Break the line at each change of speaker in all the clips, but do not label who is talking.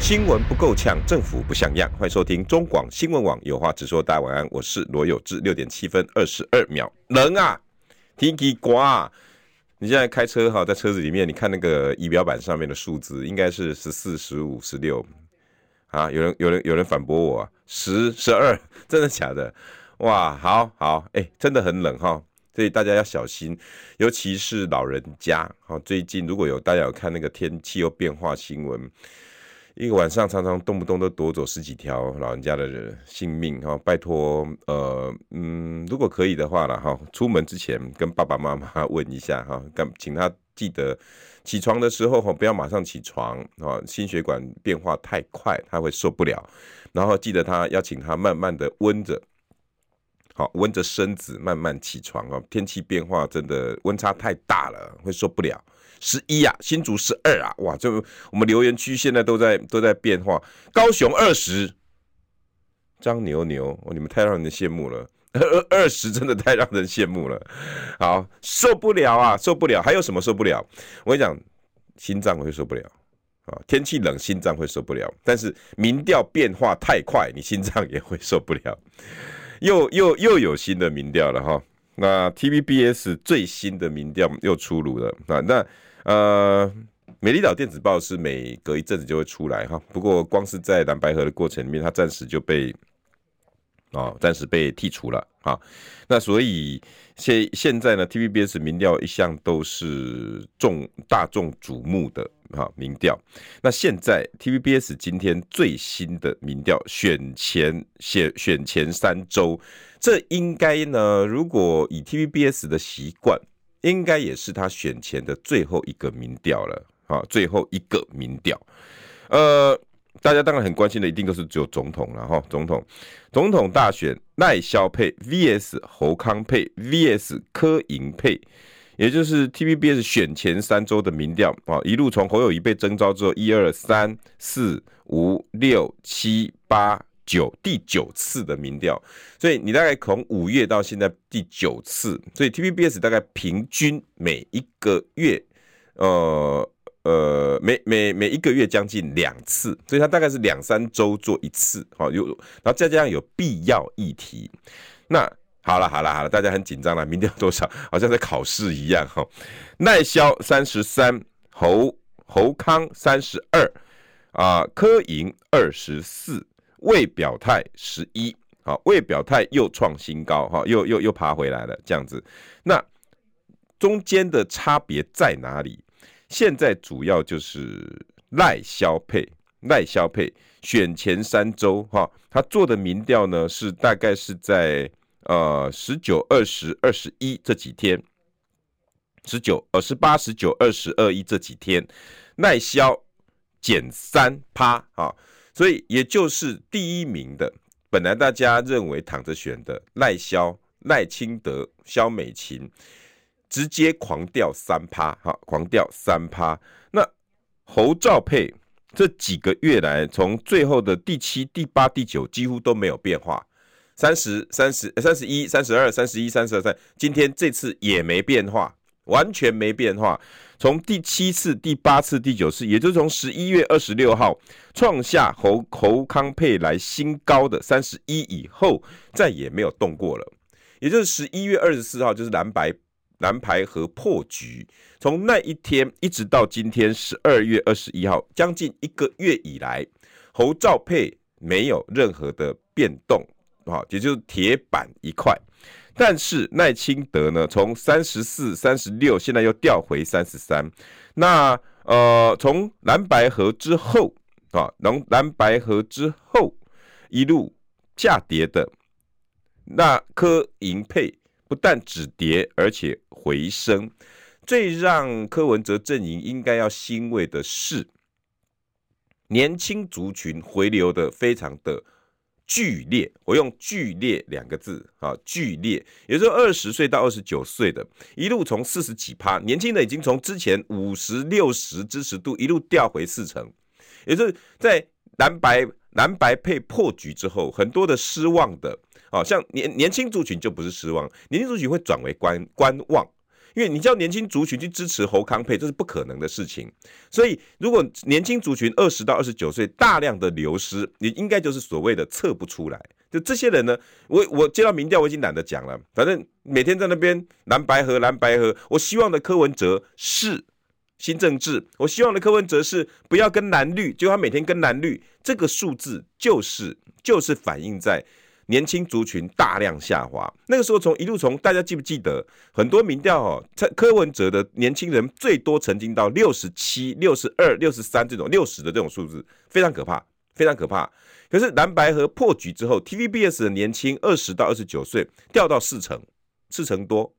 新闻不够呛，政府不像样。欢迎收听中广新闻网，有话直说。大家晚安，我是罗有志。六点七分二十二秒，人啊，提起瓜、啊，你现在开车哈，在车子里面，你看那个仪表板上面的数字，应该是十四、十五、十六啊。有人、有人、有人反驳我、啊，十、十二， 真的假的？哇，好好，哎、真的很冷哈，所以大家要小心，尤其是老人家。好，最近如果有大家有看那个天气又变化新闻，一个晚上常常动不动都夺走十几条老人家的人性命哈、拜托，呃，嗯，如果可以的话了哈、出门之前跟爸爸妈妈 问一下哈，跟、请他记得起床的时候哈、不要马上起床哈、心血管变化太快，他会受不了。然后记得他要请他慢慢的温着，好，温着身子慢慢起床哦。天气变化真的温差太大了，会受不了。十一啊，新竹十二啊，哇，就我们留言区现在都在都在变化。高雄二十，张牛牛，哦，你们太让人羡慕了。二二十真的太让人羡慕了，好受不了啊，受不了！还有什么受不了？我跟你讲，心脏会受不了啊，天气冷心脏会受不了，但是民调变化太快，你心脏也会受不了。又又又有新的民调了哈。那 TVBS 最新的民调又出炉了啊，那呃，美丽岛电子报是每隔一阵子就会出来哈，不过光是在蓝白河的过程里面，它暂时就被啊暂时被剔除了啊。那所以现现在呢，TVBS 民调一向都是众大众瞩目的哈民调。那现在 TVBS 今天最新的民调，选前选选前三周，这应该呢，如果以 TVBS 的习惯，应该也是他选前的最后一个民调了啊，最后一个民调。呃，大家当然很关心的，一定都是只有总统了哈，总统，总统大选赖萧配 VS 侯康配 VS 柯银配。也就是 TVBS 选前三周的民调啊，一路从侯友谊被征召之后，一二三四五六七八九第九次的民调，所以你大概从五月到现在第九次，所以 TVBS 大概平均每一个月，呃呃，每每每一个月将近两次，所以它大概是两三周做一次，好、有，然后再加上有必要议题，那好了好了好了，大家很紧张了，民调多少？好像在考试一样哈、耐萧三十三，侯侯康三十二，啊，柯银二十四，未表态十一，好，未表态又创新高哈、又又又爬回来了这样子。那中间的差别在哪里？现在主要就是赖萧配，赖萧配选前三周哈、他做的民调呢是大概是在呃十九、二十、二十一这几天，十九、呃十八、十九、二十、二一这几天，耐销减三趴啊，所以也就是第一名的，本来大家认为躺着选的赖销、赖清德、肖美琴，直接狂掉三趴，哈、狂掉三趴。那侯兆佩这几个月来，从最后的第七、第八、第九几乎都没有变化，三十三十呃三十一、三十二、三十一、三十二、三，今天这次也没变化，完全没变化。从第七次、第八次、第九次，也就是从十一月二十六号创下侯侯康佩莱新高的三十一以后，再也没有动过了。也就是十一月二十四号，就是蓝白蓝牌和破局，从那一天一直到今天十二月二十一号，将近一个月以来，侯兆佩没有任何的变动，啊，也就是铁板一块。但是赖清德呢，从三十四、三十六，现在又掉回三十三。那呃，从蓝白河之后啊，蓝蓝白河之后一路下跌的，那柯银配不但止跌，而且回升。最让柯文哲阵营应该要欣慰的是，年轻族群回流的非常的剧烈，我用剧烈两个字啊，剧烈，也就是二十岁到二十九岁的，一路从四十几趴，年轻的已经从之前五十六十支持度一路掉回四成，也就是在蓝白蓝白配破局之后，很多的失望的，啊，像年年轻族群就不是失望，年轻族群会转为观观望。因为你叫年轻族群去支持侯康配，这是不可能的事情。所以，如果年轻族群二十到二十九岁大量的流失，你应该就是所谓的测不出来。就这些人呢，我我接到民调，我已经懒得讲了，反正每天在那边蓝白河蓝白河。我希望的柯文哲是新政治，我希望的柯文哲是不要跟蓝绿，就他每天跟蓝绿，这个数字就是就是反映在。年轻族群大量下滑，那个时候从一路从大家记不记得很多民调哦，蔡柯文哲的年轻人最多曾经到六十七、六十二、六十三这种六十的这种数字，非常可怕，非常可怕。可是蓝白和破局之后，TVBS 的年轻二十到二十九岁掉到四成，四成多。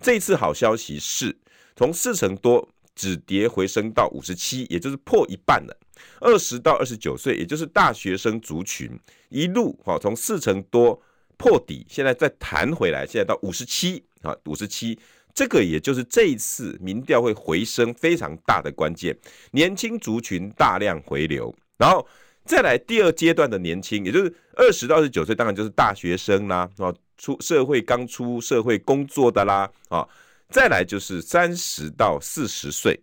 这一次好消息是，从四成多止跌回升到五十七，也就是破一半了。二十到二十九岁，也就是大学生族群，一路哈从四成多破底，现在再弹回来，现在到五十七啊，五十七，这个也就是这一次民调会回升非常大的关键，年轻族群大量回流，然后再来第二阶段的年轻，也就是二十到二十九岁，当然就是大学生啦，啊，出社会刚出社会工作的啦，啊，再来就是三十到四十岁。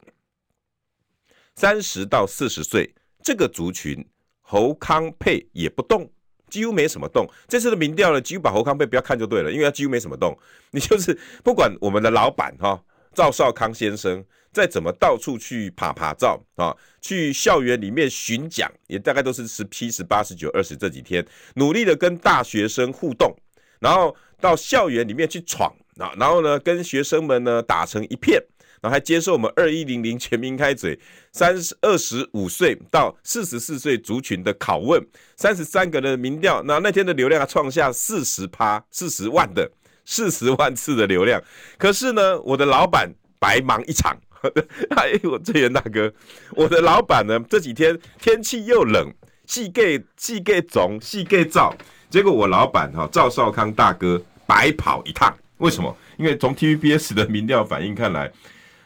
三十到四十岁这个族群，侯康配也不动，几乎没什么动。这次的民调呢，几乎把侯康配不要看就对了，因为他几乎没什么动。你就是不管我们的老板哈、赵少康先生再怎么到处去爬爬照啊，去校园里面巡讲，也大概都是十七、十八、十九、二十这几天，努力的跟大学生互动，然后到校园里面去闯啊，然后呢跟学生们呢打成一片。然后还接受我们二一零零全民开嘴三十二十五岁到四十四岁族群的拷问，三十三个人的民调，那那天的流量还创下四十趴四十万的四十万次的流量。可是呢，我的老板白忙一场。 哎，我志远大哥，我的老板呢？这几天天气又冷，细给细给总细给照，结果我老板哈赵少康大哥白跑一趟。为什么？因为从 TVBS 的民调反应看来，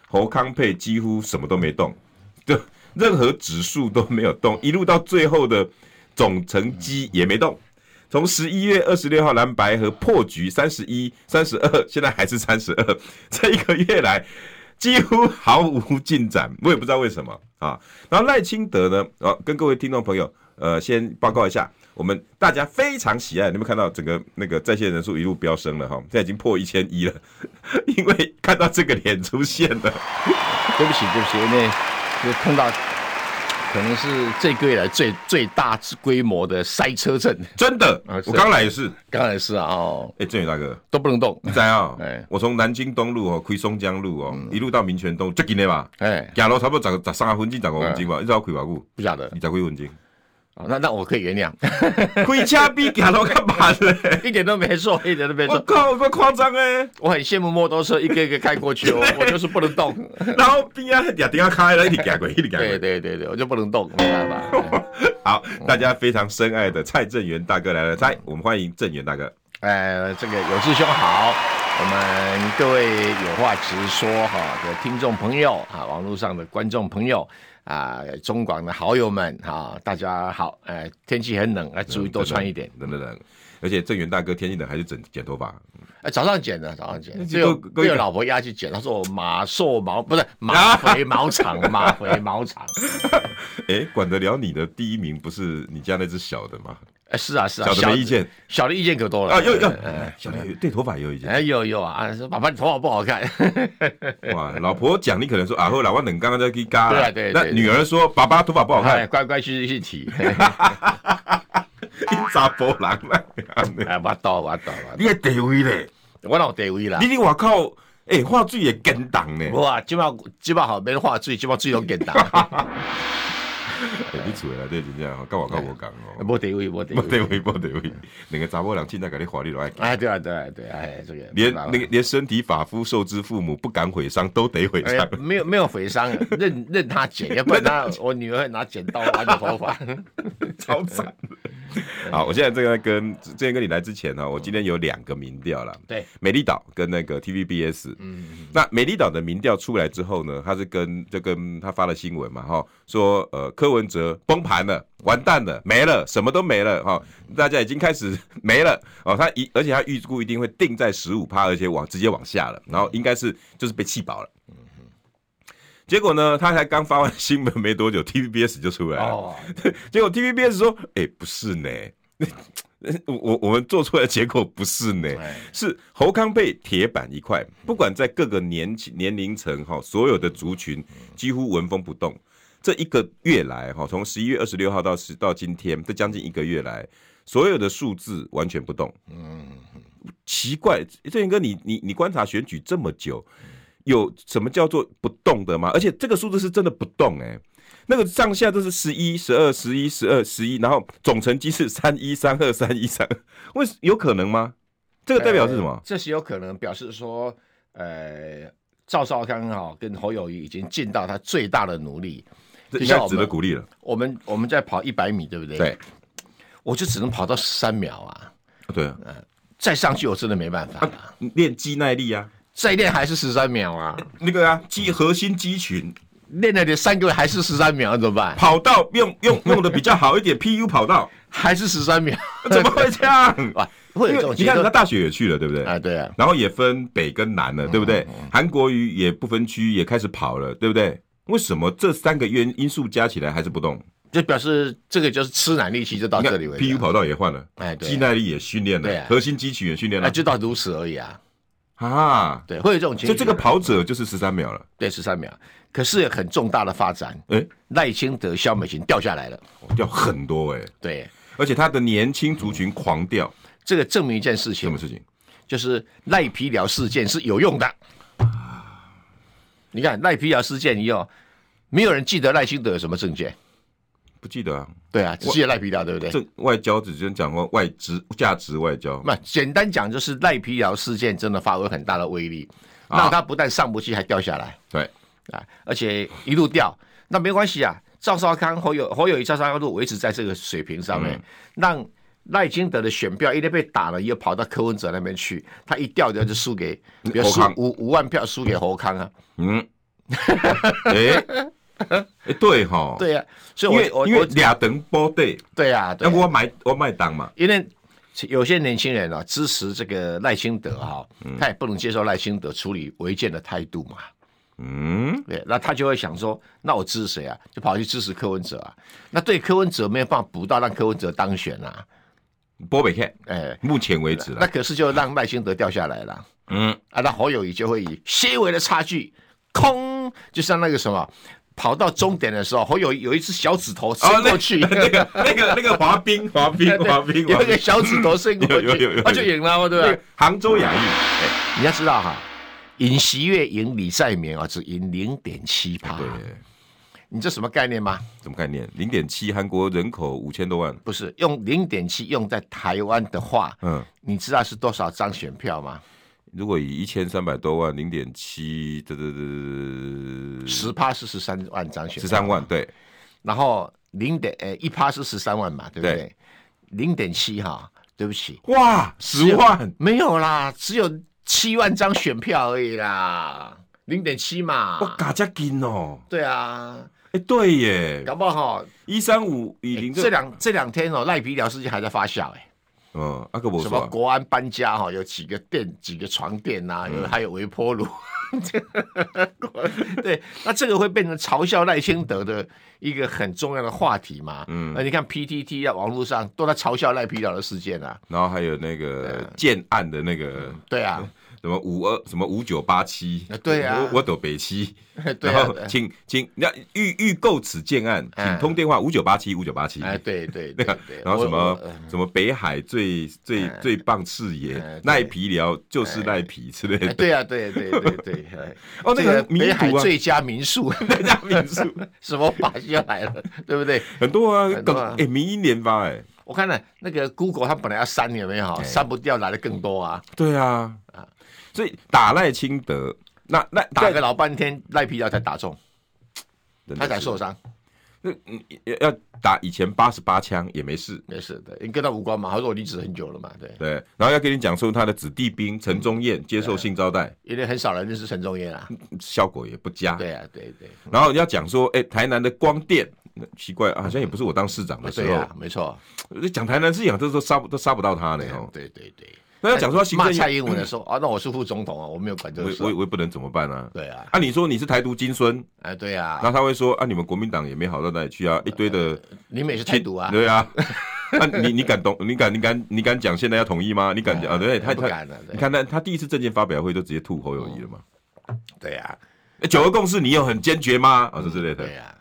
侯康佩几乎什么都没动，就任何指数都没有动，一路到最后的总成绩也没动。从十一月二十六号蓝白和破局三十一、三十二，现在还是三十二，这一个月来几乎毫无进展，我也不知道为什么啊。然后赖清德呢，啊，跟各位听众朋友，呃，先报告一下，我们大家非常喜爱，你有没有看到整个那个在线人数一路飙升了哈，现在已经破一千一了， 因为看到这个脸出现了。
对不起，对不起，因为就碰到可能是这个月来最最大规模的塞车阵，
真的
啊，是
我刚来也是。
刚才是啊，哦，
哎、郑宇大哥，
都不能动，
你知道哦
哎嗯
我从南京东路哦，开松江路哦，一路到民权东，最近的吧，
哎，
走路差不多十十三分钟、十五分钟吧，你知道开偌久？
不晓得
你十几分钟？
啊，那那我可以原谅， 哎
开车比走路较慢嘞！
一点都没错，一点都没
我
错，
靠，有够夸张哎！
我很羡慕摩托车一个一个开过去，哦我我就是不能动，
然后边啊，也顶啊开了，一直行过，一直
对嗯
行
对对对，我就不能动，没办法，
过。好，大家非常深爱的蔡正元大哥来
嗯
了，蔡，我们欢迎正元大哥。
哎，这个有志兄好。我们各位有话直说哈的听众朋友啊，网络上的观众朋友啊，中广的好友们啊，大家好！哎，天气很冷，哎，注意多穿 一点。
等等等，而且正元大哥天气冷还是剪剪头发，
哎，早上剪的，早上剪的，
这
被我
个
被我老婆压去剪，她说我马瘦毛不是马 肥毛长，马肥毛长。
哎、管得了你的第一名不是你家那只小的吗？
哎，是啊是啊，
小的没意见
小的意见可多了
啊，有有
哎，
小的有对头发也有意见。
哎有有啊，说爸爸你头发不好看，
哇，老婆讲你可能说啊，后来我冷刚刚在给嘎
对
啦
啊对
那
对
女儿说爸爸头发不好
哎
看，
乖乖去哎去剃，
你查波人来，
哎，我到我到我
你的地位咧，
我哪有地位啦啊
你。你外口诶，话剧也跟档呢，
哇，今晚今晚好没话最，今晚最都简单，
欸你出来对真正吼，跟我跟我讲哦，
没地位没地
不
位。
地位不地位，两个查某人凊彩给你话你都爱。
哎，对啊对啊对啊，哎这个
连
没办法
那个连身体发肤受之父母不敢毁伤都得毁
哎
伤，，
没有没有毁伤，啊任任他剪，要不然他我女儿会拿剪刀挖你头发。
超惨的。
哎
好，我现在这个跟之前跟你来之前呢、我今天有两个民调了，
对，
美丽岛跟那个 TVBS，
嗯，
那美丽岛的民调出来之后呢，他是跟就跟他发了新闻嘛，哈，说呃柯文哲崩盘了，完蛋了，没了，什么都没了哈，大家已经开始没了哦，他一而且他预估一定会定在十五趴，而且往直接往下了，然后应该是就是被气饱了。结果呢，他才刚发完新闻没多久，TVBS 就出来了。
哦，
结果 TVBS 说：“哎、不是呢， 我我我们做出来的结果不是呢，
哎
是侯康被铁板一块，不管在各个年纪年龄层哈，所有的族群几乎纹风不动。这一个月来哈，从十一月二十六号到十到今天，这将近一个月来，所有的数字完全不动。
嗯，
奇怪，郑源哥，你你你观察选举这么久，有什么叫做不动的吗？而且这个数字是真的不动哎、那个上下都是十一、十二、十一、十二、十一，然后总成绩是三一、三二、三一、三二，为什有可能吗？这个代表是什
呃
么？
这是有可能表示说，呃，赵少康哈、跟侯友谊已经尽到他最大的努力。
这
呃就
应
像
该
我
值得
们
鼓励了。
我们我们在跑一百米，对不对？
对，
我就只能跑到十三秒啊，
对啊，
再上去我真的没办法 了，
练肌耐力啊，
再练还是十三秒啊，
那个啊，肌核心肌群
练了你三个月还是十三秒，怎么 办？
跑道用用用的比较好一 点，PU 跑道
还是十 三秒，
怎么会这样？
啊？会
因
有这
为
种
你
节
看
奏
他大学也去了，对不对？
啊？对啊，
然后也分北跟南
嗯
了，对不对？韩国瑜也不分区，也开始跑了，对不对？为什么这三个因因素加起来还是不动？
就表示这个就是吃奶力气就到
你看
这里为止
PU
啊，
跑道也换了，
哎对啊
肌耐力也训练
对
了
啊，
核心肌群也训练
啊
了，
就到如此而已啊。
啊，
对，会有这种情
所
绪。
以这个跑者就是十三秒了，
对十三秒，可是很重大的发展，
哎，
赖清德、萧美琴掉下来了。
掉很多哎，
对，
而且他的年轻族群狂掉，
这个证明一件事
什么
情，
事情？
就是赖皮疗事件是有用的。你看赖皮疗事件以后，没有人记得赖清德有什么证件，
不记得啊，
对啊，只记得赖皮疗，对不对？
这外交之前讲过外值价值外交，
那简单讲就是赖皮疗事件真的发挥很大的威力，
啊
让他不但上不去，还掉下来
对，
啊，而且一路掉。那没关系啊，赵少康、侯友侯友谊、赵少康都维持在这个水平上
嗯
面，让赖清德的选票一定被打了，又跑到柯文哲那边去，他一掉掉就输给，比如
嗯侯
输
康
五五万票输给侯康啊，
嗯， 哎，哎对哈，，
对呀、啊，所
因
以
为
我我
因为
我
俩等波对，
对呀、啊，对
那
啊、
我买我买档嘛。
因为有些年轻人啊支持这个赖清德哈、他也不能接受赖清德处理违建的态度嘛。
嗯，
对，那他就会想说，那我支持谁啊？就跑去支持柯文哲啊。那对柯文哲没有办法补到，让柯文哲当选啊。
波北看，
哎，
目前为止
那
了，
可是就让赖清德掉下来了
嗯，
啊。那侯友谊就会以些微的差距，空，就像那个什么，跑到终点的时候，侯友谊有一只小指头
哦
伸过去，
那个那个那个滑冰，滑冰，滑冰，
有
滑
一个
冰，
小指头伸
有
过
有有有
去
有，
他就赢了嘛，对不
那
对
个？杭州亚运，
你要知道哈，尹锡悦赢李在明啊，只赢零点七趴，
对，
你这什么概念吗？
什么概念？零点七，韩国人口五千多万，
不是用零点七用在台湾的话，
嗯，
你知道是多少张选票吗？
如果以一千三百多万，零点七，这这这
十趴是十三万张选票，
十三万，对，
然后零点呃一趴是十三万嘛，对不对？零点七哈，对不起，
哇，十万，
没有啦，只有七万张选票而已啦，零点七
我
嘛。
嘎加金哦，
对啊，
哎，对耶，
搞不好哈，
一三五以零
这两这两天哦，赖皮聊事情还在发酵哎、
嗯，阿哥我
什么
说，
国安搬家哈、有几个店、几个床垫呐、
嗯
有、还有微波炉。 对，那这个会变成嘲笑赖清德的一个很重要的话题嘛？嗯，那你看 PTT 啊，网络上都在嘲笑赖皮佬的事件啊。
然后还有那个建案的那个。
对啊，
什么五二什么五九八七
啊，对啊
我我走北七，
对
然
啊
后，请请那预预购此建案，请
嗯
通电话五九八七五九八七。
哎，对对对对。
然后
我
什么
我呃
什么北海最最最棒视野
哎对
赖皮聊就是赖皮之类
哎
的
对啊，对对对对，哎
哦那
这
个
个
民
北海
族啊
最佳 民宿
家民宿
什么把下来了，对不对？
很多啊
很多
梗
啊
哎民音连发哎
我看了那个 Google，它本来要删有没有？删不掉，来的更多啊。
对啊所以打赖清德那那
打
赖
个老半天，赖皮要才打中，
真的
他才
是
受伤。
那你要打以前八十八枪也没事，
没事的，因为跟他无关嘛。他说我离职很久了嘛，对，
对。然后要跟你讲述他的子弟兵陈宗彦接受性招待，
因为很少人认识陈忠业
啊
啦。
效果也不佳。
嗯对啊，对对，
然后你要讲说，哎、台南的光电，那奇怪，好像也不是我当市长的时
对
候
啊，，没错，
就讲、台南市长，这都杀不都杀不到他呢。哦
对对对。
那要讲说他行
骂
政
蔡
院，
英文的时候啊，那我是副总统啊，我没有管这
我
个
也
事
我。也我也不能怎么办啊？
对啊，
啊，你说你是台独金孙，
哎，对啊，
那他会说啊，你们国民党也没好到哪里去啊，一堆的，
你们也是台独啊，
对啊。 那、你你敢懂？你敢你敢你敢讲现在要统一吗？你敢讲啊？对，他
不
他
敢了，
你
对
看他他第一次政见发表会都直接吐侯友谊了嘛？
对啊，
诶九二共识你有很坚决吗？啊，这之类的
对。嗯啊，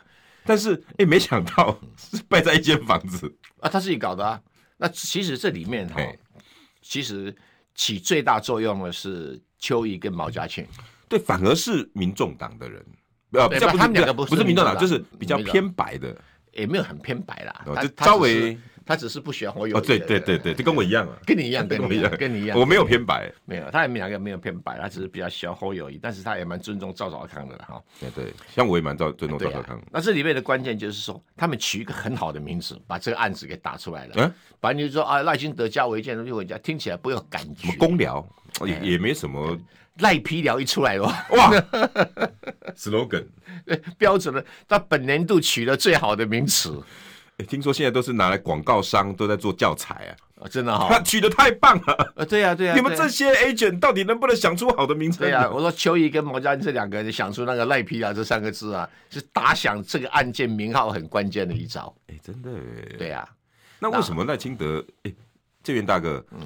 但是哎、诶没想到是败在一间房子。
啊，他自己搞的啊。那其实这里面哈
嘿，
其实起最大作用的是邱毅跟毛家庆，
对，反而是民众党的人，呃，
对
这不是
他们两个
不
不
是
是
不是民众党，
民众党
就是比较
民众党
偏白的。
也没有很偏白啦
哦，
他
就
他
稍
只是
微
他只是不喜欢我有
哦，对对对对，这 跟我一样啊，
跟你一样，跟你一样，跟你一样，
我没有偏白。
没有，他也没两个没有偏白，他只是比较喜欢侯友谊，但是他也蛮尊重赵少康的啦哈。
对哎对，像我也蛮照尊重
对
哦赵少康
啊。，那这里面的关键就是说，他们取一个很好的名字，把这个案子给打出来了。
嗯
反正就是说啊，赖清德加违建，就违建，听起来不有感觉
什么。公聊
哎
也也没什么
赖皮聊一出来了，
哇 slogan。
标准的，他本年度取了最好的名词
诶哎听说现在都是拿来广告商都在做教材
啊，真的
啊，
哈、
他取得太棒了！
呃对呀、对呀、
你们
对
这
啊
些 agent 到底能不能想出好的名称
对呀、啊
呢？
我说邱毅跟毛家这两个人想出那个赖皮啊这三个字啊，是打响这个案件名号很关键的一招。
哎，真的诶。
对呀、啊
那为什么赖清德？哎、这元大哥，嗯，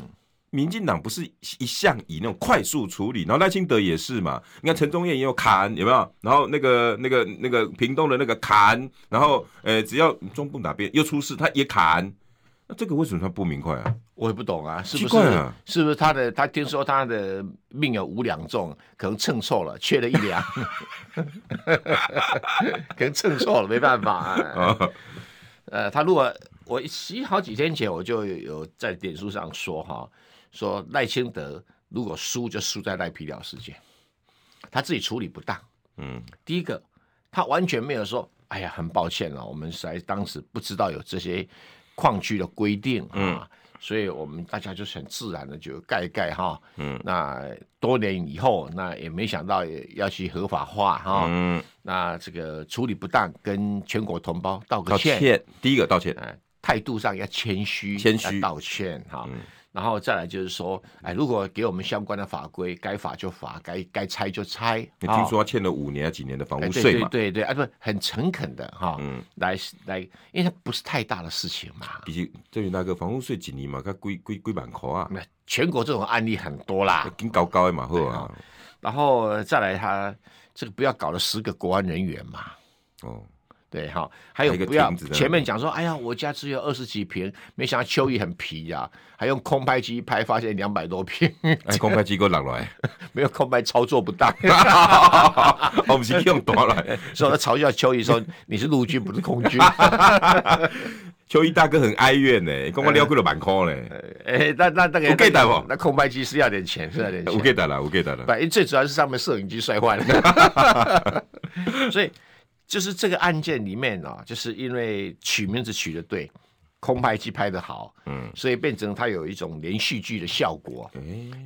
民进党不是一向以那种快速处理，然后赖清德也是嘛？你看陈忠燕也有卡恩，有没有？然后那个那个那个屏东的那个卡恩，然后呃，只要中部哪边又出事，他也卡恩。那这个为什么他不明快啊？
我也不懂啊，是
奇
不是？
怪啊
是不是他的？他听说他的命有五两重，可能称错了，缺了一两， 可能称错了，没办法、啊。
啊，
呃，他如果我其实好几天前我就有在脸书上说哈，说赖清德如果输就输在赖皮寮事件，他自己处理不当。
嗯，
第一个，他完全没有说，哎呀，很抱歉了、我们实在当时不知道有这些矿区的规定啊，
嗯
所以我们大家就是很自然的就盖一盖哈，嗯，那多年以后，那也没想到也要去合法化哈，
嗯，
那这个处理不当，跟全国同胞道个
道
歉，
歉，第一个道歉，啊
呃，态度上要谦虚，
谦虚嗯
要道歉哈。然后再来就是说，哎，如果给我们相关的法规，该罚就罚，该该拆就拆。
你
啊
听说他欠了五年还几年的房
哎
屋
对
税嘛？
对对对，啊，不，很诚恳的哈，
嗯
来来，因为它不是太大的事情嘛，
毕竟这元大哥房屋税几年嘛，他归归归板块啊，
那全国这种案例很多啦。
跟高高的嘛好啊，
然后再来它，这个不要搞了十个国安人员嘛，
哦，
对哈，还有
还有一个
不要
亭子在那边
前面讲说，哎呀，我家只有二十几平，没想到秋雨很皮呀、还用空拍机一拍，发现两百多平，
哎，公开机构落来。
没有空拍操作不 当，
我们是用多来。
所以他嘲笑秋雨说你是陆军不 是空军，
秋衣大哥很哀怨呢，讲我了几了万块呢，
哎，那那那个
有记得不哦
那空拍机是要点钱，是要点钱
我。给打了，我给打了。
反正最主要是上面摄影机摔坏了， 所以就是这个案件里面啊，就是因为取名字取的对，空拍机拍的好，嗯，所以变成它有一种连续剧的效果。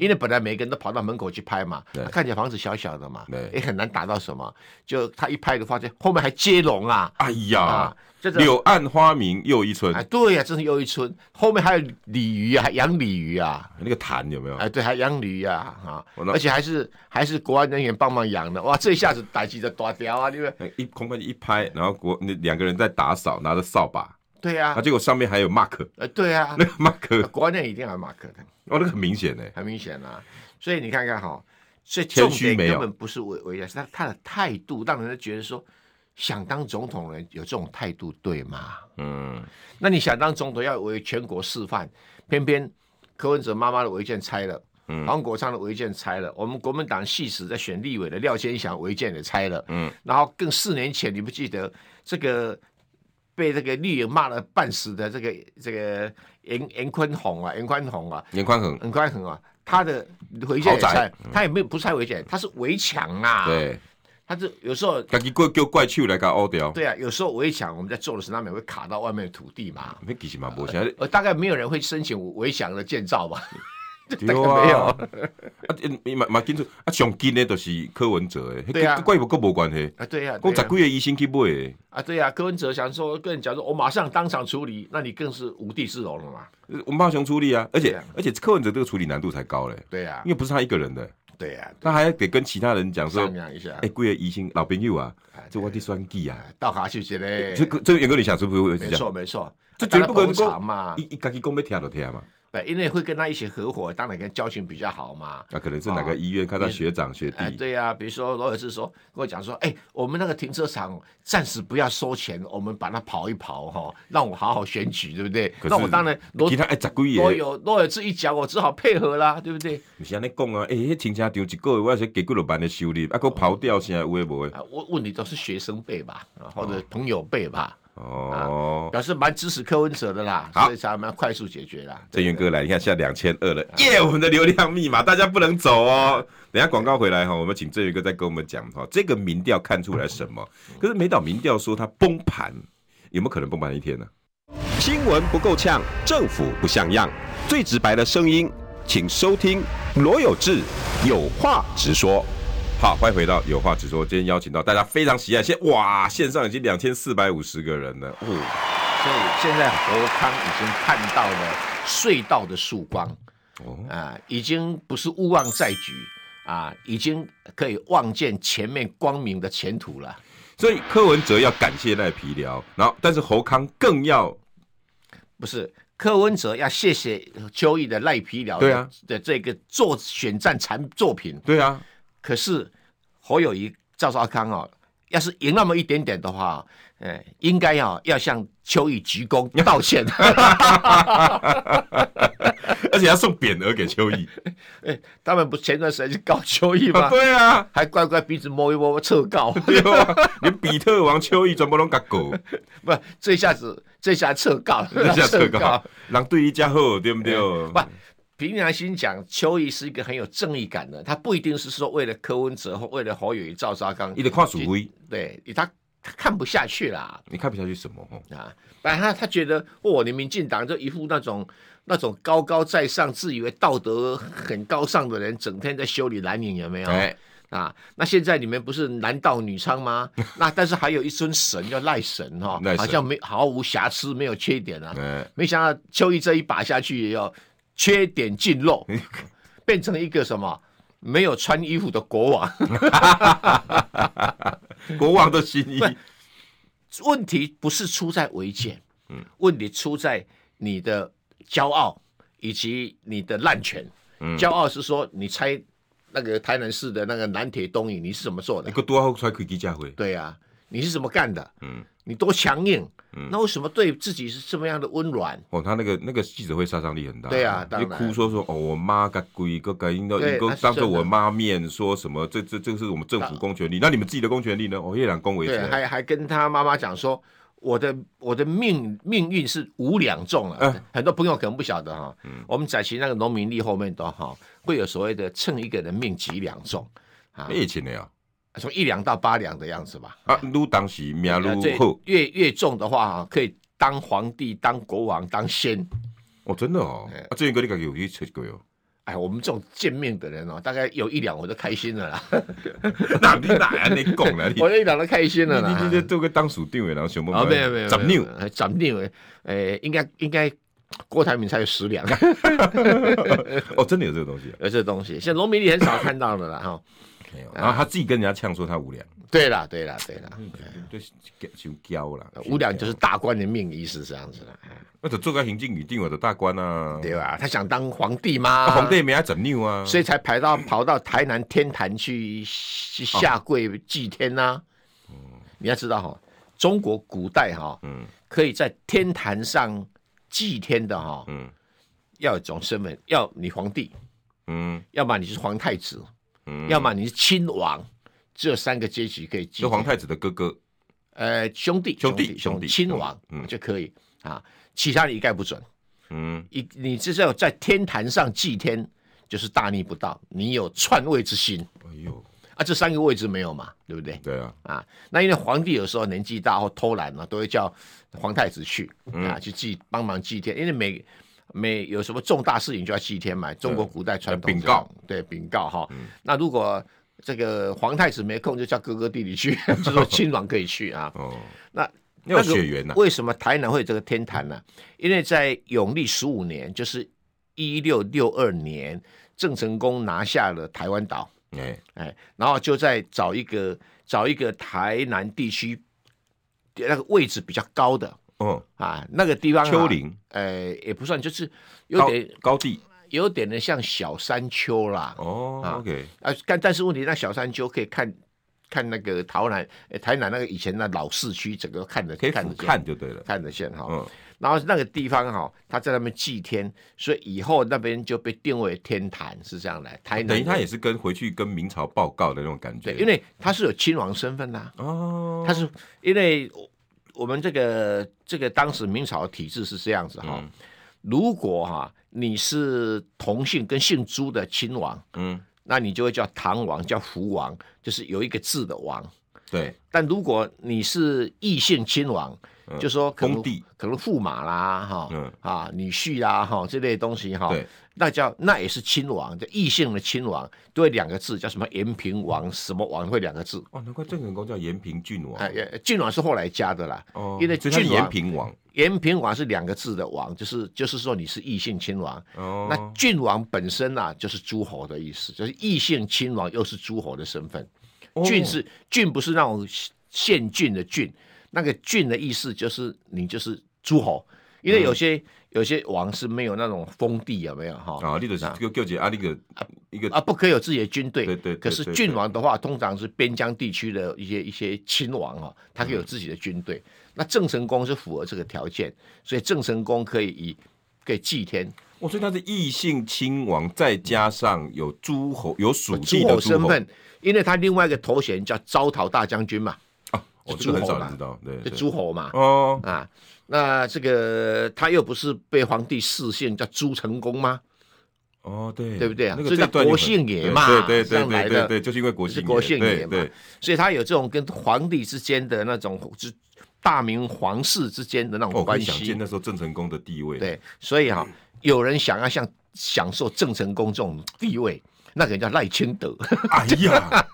因为本来每个人都跑到门口去拍嘛，看起来房子小小的嘛
对，
也很难打到什么。就他一拍的话，就后面还接龙啊
哎呀
啊，，这个
柳暗花明又一村
啊，，对呀、真是又一村，后面还有鲤鱼啊，还养鲤鱼啊，
那个痰有没有？
哎，对，还养驴呀，啊，
我那
而且还是还是国安人员帮忙养的，哇，这一下子打击的大掉啊，因为
一空拍机一拍，然后国那两个人在打扫，拿着扫把，
对呀、
啊，
啊，
结果上面还有 mark，
呃，对啊
那，个 mark，
国安人员一定要马克的，
哦，那个很明显呢。
很明显啊，所以你看看哈，所以
谦
重
虚
点
没有
根本不是为为难，是他他的态度让人家觉得说，想当总统的人有这种态度对吗？
嗯，
那你想当总统要为全国示范，偏偏柯文哲妈妈的违建拆了。
嗯
黄国昌的违建拆了，我们国民党系死在选立委的廖先祥违建也拆了，
嗯，
然后更四年前你不记得这个被这个绿营骂了半死的这个这个严严坤宏啊，严宽宏啊，
严宽恒，
严宽宏啊，他的违建也
豪宅嗯
拆，他也没有不是拆违建，他是围墙啊，，
对，
他就有时候
家己怪叫怪手来甲凹掉，
对啊，有时候围墙我们在做的时候，难免会卡到外面的土地嘛。
那其实嘛无啥，对
呃，大概没有人会申请围墙的建造吧？
啊，
没有
啊，你嘛嘛紧出啊，上紧的就是柯文哲诶，
对啊
迄怪物佫无关系，
啊， 对呀、啊，
讲
对
十
呀
几个医生去买的，
啊，对呀、柯文哲想说跟人讲说，我哦马上当场处理，那你更是无地自容了嘛？
我马上处理啊，而
对
且
啊
而且柯文哲这个处理难度才高嘞，
对呀、
因为不是他一个人的，
对呀、
他还得跟其他人讲说
商，量一下
哎，，几个医生老朋友啊
啊，
这我的选举啊，
倒下去觉得
这个这个员工你想是不是会
没
这样？
错啊没错，
这绝对不可能
大家捧场嘛
伊，伊家己讲要听就听嘛，
对，因为会跟他一起合伙，当然跟交情比较好嘛。
啊，可能是哪个医院看到学长学
哎，
弟，
对呀、比如说罗尔是说跟我讲说，哎，我们那个停车场暂时不要收钱，我们把它刨一刨哈、让我好好选举，对不对？
可
那
是
我当然罗
其他哎十几
罗
个。
有罗尔这一讲，我只好配合啦，对不对？
毋是安尼讲啊，诶、迄停车场一个月我是加几落万的收入，啊，佫跑掉啥有诶无诶？
啊，问问你都是学生辈吧，啊或者朋友辈吧，
哦，
表示蛮支持柯文哲的啦，
好
所以才蛮快速解决啦。
郑源哥来，你看现在两千二了，耶、我们的流量密码，大家不能走哦。等一下广告回来哈，我们请郑源哥再跟我们讲哈，这个民调看出来什么？可是美岛民调说它崩盘，有没有可能崩盘一天呢、新闻不够呛，政府不像样，最直白的声音，请收听罗有志有话直说。好，欢迎回到有话直说。今天邀请到大家非常喜爱，现哇，线上已经两千四百五十个人了，哦，
所以现在侯康已经看到了隧道的曙光
哦，
啊、已经不是勿忘在举啊、已经可以望见前面光明的前途了。
所以柯文哲要感谢赖皮聊，然后但是侯康更要
不是柯文哲要谢谢邱毅的赖皮聊的
对啊
的这个做选战产作品，
对 啊，
可是侯友谊、赵少康哦，要是赢那么一点点的话，呃，应该要要向邱毅 鞠躬道歉。
而且要送匾额给邱 毅
他们不前段时间去告邱毅
啊，
吗？
对啊，
还乖乖鼻子摸一摸，撤告。
对啊，连比特王邱毅全部拢甲狗，
不，这下子 这下撤告了，
这下嗯这个。人对伊加好，对不对？
不，平常心讲，邱毅是一个很有正义感的，他不一定是说为了柯文哲或为了侯友谊、赵少康
伊，得看指挥，
对他他看不下去啦。
你看不下去什么？吼，
啊，反正他他觉得，哦，你民进党就一副那种那种高高在上、自以为道德很高尚的人，整天在修理蓝营，有没有？
哎，
啊，那现在你们不是男盗女娼吗？ 那但是还有一尊神叫赖神哈、
赖神
好像没毫无瑕疵，没有缺点啊。
哎，
没想到邱毅这一把下去也要缺点 尽露，变成一个什么没有穿衣服的国王。
国王的心意，
问题不是出在违建，嗯，问题出在你的骄傲以及你的滥权。
嗯
骄傲是说你拆那个台南市的那个南铁东引，你是怎么做的
你？个多好出来开记者会，
对啊，你是怎么干的？
嗯，
你多强硬，那为什么对自己是这么样的温软？
哦，他那个那个记者会杀伤力很大，
对啊当
你
然
哭说说哦，我妈个鬼个个，应该
对啊
应该
那是
当着
真的
我妈面说什么？这这这是我们政府公权力，那你们自己的公权力呢？哦，夜郎公维
对，
权，
还还跟他妈妈讲说，我的我的命命运是五两重了、
嗯
很多朋友可能不晓得哈、我们在其那个农民历后面都哈会有所谓的称一个人命几两重啊，
咩钱的呀？
从一两到八两的样子吧。
啊，愈当时命
啊
愈
最
好，
越越重的话啊，可以当皇帝、当国王、当仙。
哦，真的哦，啊，志源哥你家己有去测过哦？
哎，我们这种贱命的人哦，大概有一两我都开心了啦，
哪你哪安尼讲啦？你
我有一两都开心了啦。
你你你做个当属定位，然后想办
啊，
法
没有没有，
十
没有
六，，
哎长六，呃，应该应该郭台铭才有十两，
哦，真的有这个东西啊。
有这东西，像农民历很少看到的啦哈。
没有然后他自己跟人家呛说他无良，
对啦，对啦，对啦，
就是就娇啦，
无良就是大官的命，意思是这样子的，哎
那就做个行政与定我的大官啊，
对吧？他想当皇帝嘛，
啊皇帝名十六啊，
所以才排到跑到台南天坛去去下跪祭天呐、啊你要知道哈、中国古代哈、
嗯
可以在天坛上祭天的哈、
嗯
要有一种身份，要你皇帝，
嗯
要么你是皇太子，
嗯，
要么你是亲王，只有三个阶级可以祭
就
天。
皇太子的哥哥，
呃兄弟
兄弟兄
兄
弟
亲王
嗯
就可以啊，其他的一概不准。
嗯，
一你这种在天坛上祭天，就是大逆不道，你有篡位之心。
哎呦，
啊，这三个位置没有嘛，对不对？
对啊，
啊，那因为皇帝有时候年纪大或偷懒嘛，都会叫皇太子去
嗯
啊，去祭帮忙祭天，因为每每有什么重大事情就要祭天嘛，中国古代传统
要嗯
这样对禀告哈。那如果这个皇太子没空，就叫哥哥弟 弟去，就说亲王可以去啊。
哦，
那
要
那个
血缘呐，啊
为什么台南会有这个天坛呢、因为在永历十五年，就是一六六二年，郑成功拿下了台湾岛。
哎，
哎，然后就再找一个找一个台南地区那个位置比较高的
哦，
啊，那个地方、啊、
丘，陵
呃，也不算，就是有
高
点
高地
有点的像小山丘啦。
哦
啊
，OK，
啊，但但是问题，那小山丘可以看看那个桃南、呃台南那个以前那老市区，整个看得
可以
看得
俯
见。
瞰就对了，
看得见哈，
嗯，
然后那个地方哈，他在那边祭天，所以以后那边就被定为天坛，是这样来。台南
等于他
的
也是跟回去跟明朝报告的那种感觉，
哎对，因为他是有亲王身份呐、
哦，
他是因为我我们这个这个当时明朝的体制是这样子哈、
嗯
如果哈、你是同姓跟姓朱的亲王，
嗯，
那你就会叫唐王，叫福王，就是有一个字的王。
对，
但如果你是异姓亲王，
嗯
就说可能
封地
可能驸马啦哈、
嗯
啊女婿啦哈这类东西哈、
对，
那叫那也是亲王，这异姓的亲王都会两个字，叫什么延平王什么王会两个字，
哦，难怪郑成功叫延平郡王
哎、，呃郡王是后来加的啦。
哦，
因为
所以他是
郡王
延平王，
延平王是两个字的王，就是就是说你是异姓亲王。
哦，
那郡王本身啊，就是诸侯的意思，就是异姓亲王又是诸侯的身份。
哦
郡是郡，不是那种县郡的郡，那个郡的意思就是你就是诸侯，
嗯
因为有些、有些王是没有那种封地，有没有哈？
啊，你就是叫叫姐啊，那个一个
啊，不可以有自己的军队。
对对对
可是
对对
郡王的话，通常是边疆地区的一些一些亲王哦，他可
嗯
以有自己的军队。那郑成功是符合这个条件，所以郑成功可以以可以祭天，
我哦所以他是异姓亲王，再加上有诸侯有属地
哦诸
的
侯
诸
身
侯，
份，因为他另外一个头衔叫招讨大将军嘛，
哦，
是
这个很
诸侯
少
嘛
人知道，对，
就
对
诸侯嘛。
哦，
啊，那这个他又不是被皇帝视线叫朱成功吗？
哦，对，
对不对啊
那个
所以叫
这段有
国姓爷
对
嘛
对
这
对
样来
对
的
对对，就是因为国姓
是
爷
国姓
对
爷嘛
对，
所以他有这种跟皇帝之间的那种之大明皇室之间的那
哦，我
种
可
关
以想
系
见。那时候郑成功的地位，，
对，所以哈、有人想要像享受郑成功这种地位，那个人叫赖清德。
哎呀，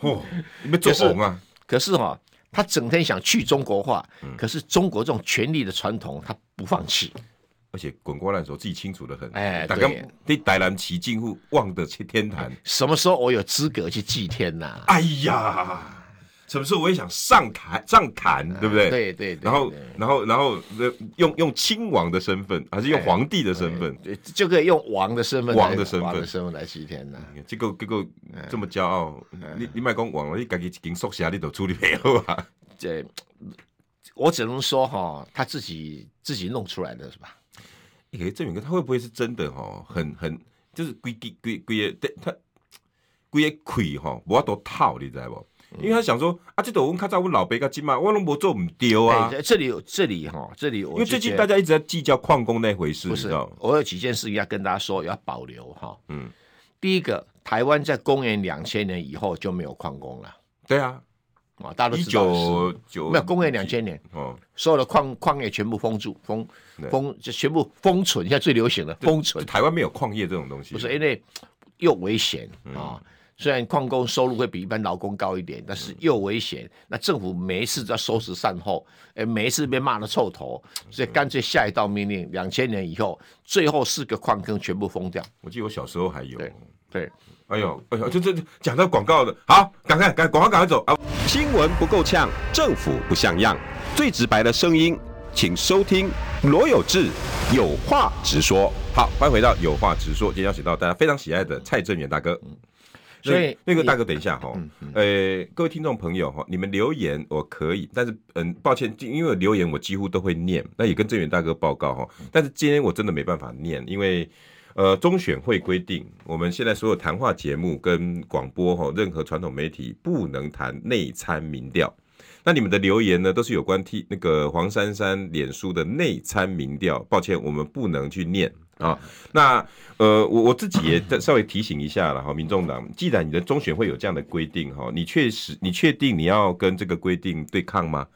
哦，你们做红啊，
可是哈、他整天想去中国化，
嗯
可是中国这种权力的传统他不放弃。
而且滚瓜烂熟，自己清楚的很，
哎
大
对
家对台南旗近乎望得去天 坛，
什么时候我有资格去祭天呐、
哎呀，什么时候我也想上台上坛，对不对？
啊对对对，
然后
对，
然后，然后，呃用用亲王的身份，还是用
哎
皇帝的身份？
对就可以用王的身份来，
王的身份
王的身份来祭天呐、
这个这个这么骄傲，
哎
你你卖讲王了，你自己一间宿舍你都处理不好啊？
这我只能说哈、他自己自己弄出来的是吧？
哎、欸，郑远哥他会不会是真的哦？很很就是规规规规个他规个亏哈，我都套，你知道不？
嗯
因为他想说啊，这都我较早我老爸甲今嘛，我拢无做唔丢啊。
哎这里有这里哈、这里我
因为最
就觉
近
得
大家一直在计较矿工那回事，
不
你
是
知道？，
我有几件事情要跟大家说，要保留哈。
嗯，
第一个，台湾在公元两千年以后就没有矿工了
对啊，
啊，大家都
一
知道的事。
九九
没有公元两千年，
哦，
所有的矿矿业全部封住，封
对
封就全部封存，现在最流行的封存
就，台湾没有矿业这种东西，
不是因为又危险
嗯
啊。虽然矿工收入会比一般劳工高一点，但是
嗯
又危险。那政府每一次都要收拾善后，哎，每一次被骂的臭头，所以干脆下一道命令，两千年以后，最后四个矿坑全部封掉。
我记得我小时候还有。
对对，
哎呦，哎呦，这这这讲到广告了，好，赶快赶广告赶快走啊！
新闻不够呛，政府不像样，最直白的声音，请收听罗有志有话直说。
好，欢迎回到有话直说，今天邀请到大家非常喜爱的蔡正元大哥。
嗯所以
那那个
你嗯
大哥，等一下哈，呃，各位听众朋友哈，你们留言我可以，但是嗯，抱歉，因为留言我几乎都会念，那也跟正元大哥报告哈，但是今天我真的没办法念，因为呃，中选会规定，我们现在所有谈话节目跟广播哈，任何传统媒体不能谈内参民调。那你们的留言呢，都是有关 T 那个黄珊珊脸书的内参民调，抱歉，我们不能去念啊。那呃，我我自己也再稍微提醒一下了哈，民众党，既然你的中选会有这样的规定哈，你确实你确定你要跟这个规定对抗吗？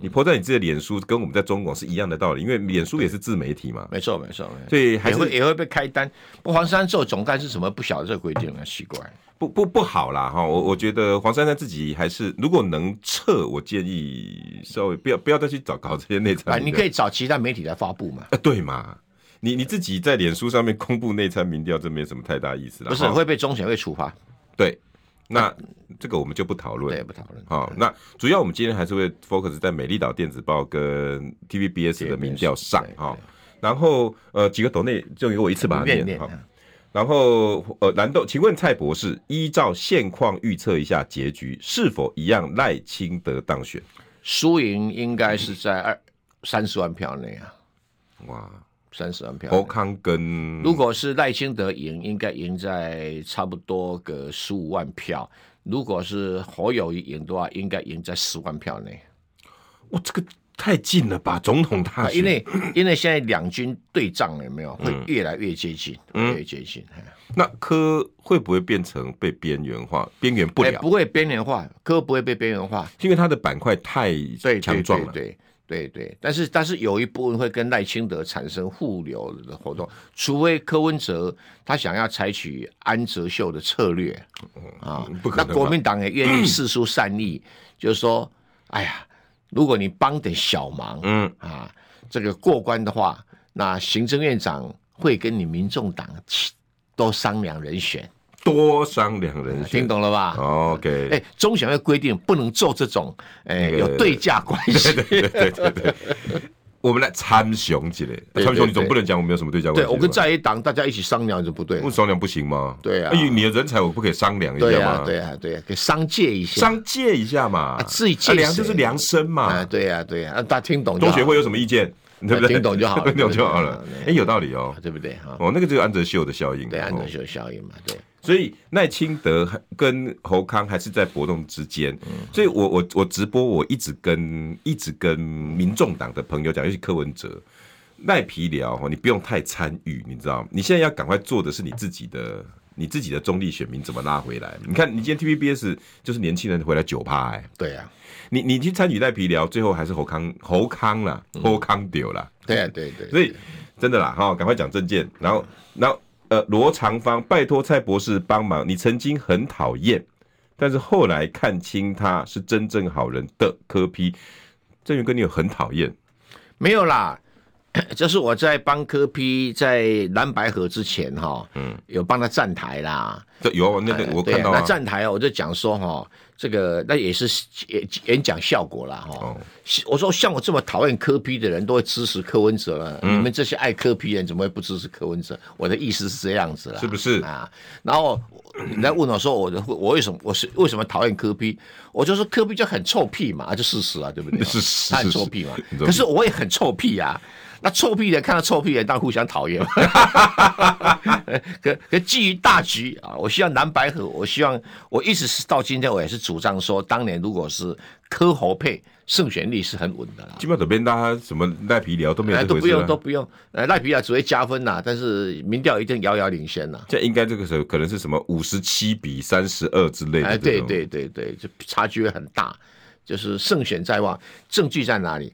你泼在你自己的脸书，跟我们在中广是一样的道理，因为脸书也是自媒体嘛，
没错没错，没错
所以还
也会
是
也会被开单。不，黄山做总干事什么不晓得这个规定呢？奇怪，
不不不好啦哈。我我觉得黄珊珊自己还是，如果能撤，我建议稍微不要不要再去找搞这些内
啊，
参民调。
你可以找其他媒体来发布嘛。
啊，对嘛，你你自己在脸书上面公布内参民调，这没什么太大意思啦。
不是
哈
会被中选会处罚？
对，那这个我们就不讨论
对，。不讨论。
好，那主要我们今天还是会 focus 在美丽岛电子报跟 TVBS 的民调上
对对
哈。然后呃，几个抖内就由我一次把它
念
念
念
好。
啊
然后呃，蓝豆，请问蔡博士，依照现况预测一下结局，是否一样赖清德当选？
输赢应该是在二三十万票内啊，
哇，
三十万票内。
侯康跟
如果是赖清德赢，应该赢在差不多个十五万票；如果是侯友谊赢的话，应该赢在十万票内。
哇，这个太近了吧，总统大
啊，
选
因。为因为现在两军对仗了，有没有
嗯
会越来越接近，越来越接近。哎
那科会不会变成被边缘化？边缘不
哎
了，
不会边缘化，科不会被边缘化，
因为它的板块太
对，对
强壮了。
对对对对。但是但是有一部分会跟赖清德产生互流的活动，除非柯文哲他想要采取安哲秀的策略啊
嗯不，可
那
能吧嗯
国民党也愿意示出善意，就是说，哎呀，如果你帮点小忙，
嗯
啊，这个过关的话，那行政院长会跟你民众党起多商量人选，
多商两人选
啊听。懂了吧？
哦 OK，
哎、中选会规定不能做这种，哎、
那个
有对价关系。
我们来参雄起来，
对
参雄你
对
总不能讲我们有什么对价关系
对
吧？
我跟在野党大家一起商量就不对
不。商量不行吗？
对啊
哎你的人才我不可以商量一
对
下
呀、啊，
吗？
对呀、啊，对呀、啊，给商界一下。
商借一下嘛，
自己借
啊量
谁
就是量身
啊，
嘛。
对呀、啊，对呀、啊，大家听懂就
中
好。啊
学会有什么意见？对不对？
听懂就好了
听懂就好了
对对。
哎，有道理哦。
对不对哈？
哦，那个就是安哲秀的效应。
对，安
哦
德秀效应嘛，对。
所以赖清德还跟侯康还是在搏动之间，
嗯
所以我我我直播我一直跟一直跟民众党的朋友讲，尤其柯文哲赖皮聊哦，你不用太参与，你知道吗？你现在要赶快做的是你自己的你自己的中立选民怎么拉回来？你看你今天 TVBS 就是年轻人回来九趴哎，
对呀、啊，
你你去参与赖皮聊，最后还是侯康侯康啦，
嗯
侯康丢啦。
对呀、啊，对对
所以真的啦，哈，赶快讲证件。然后，然后，呃，罗长芳，拜托蔡博士帮忙。你曾经很讨厌，但是后来看清他是真正好人的柯批，郑源哥，你有很讨厌
没有啦， 这是我在帮柯批在蓝白河之前哈，嗯，有帮他站台啦。
这有啊，那个我
对啊
看到啊
那，站台哦，我就讲说哈，这个那也是演演讲效果啦哈。
哦
我说像我这么讨厌柯批的人都会支持柯文哲了，
嗯
你们这些爱柯批人怎么会不支持柯文哲？我的意思是这样子啦，
是不是
啊？然后你来问我说我我为什么我是为什么讨厌柯批？我就说柯批就很臭屁嘛，啊就事实啊，对不 对？
是是
他很
是是
臭屁嘛
很。臭屁
可是我也很臭屁啊。那臭屁人看到臭屁人，当然互相讨厌嘛。 可可基于大局啊，我希望蓝白河，我希望我一直是到今天，我也是主张说，当年如果是柯侯配，胜选率是很稳的啦。
基本左边大家什么赖皮聊都没有
哎，
这
都
回
不
事
用，都
啊。
不用。呃，赖皮亚只会加分呐，但是民调一定遥遥领先呐。
这应该这个时候可能是什么五十七比三十二之类的，
哎，对，对对对，这差距会很大，就是胜选在望，证据在哪里？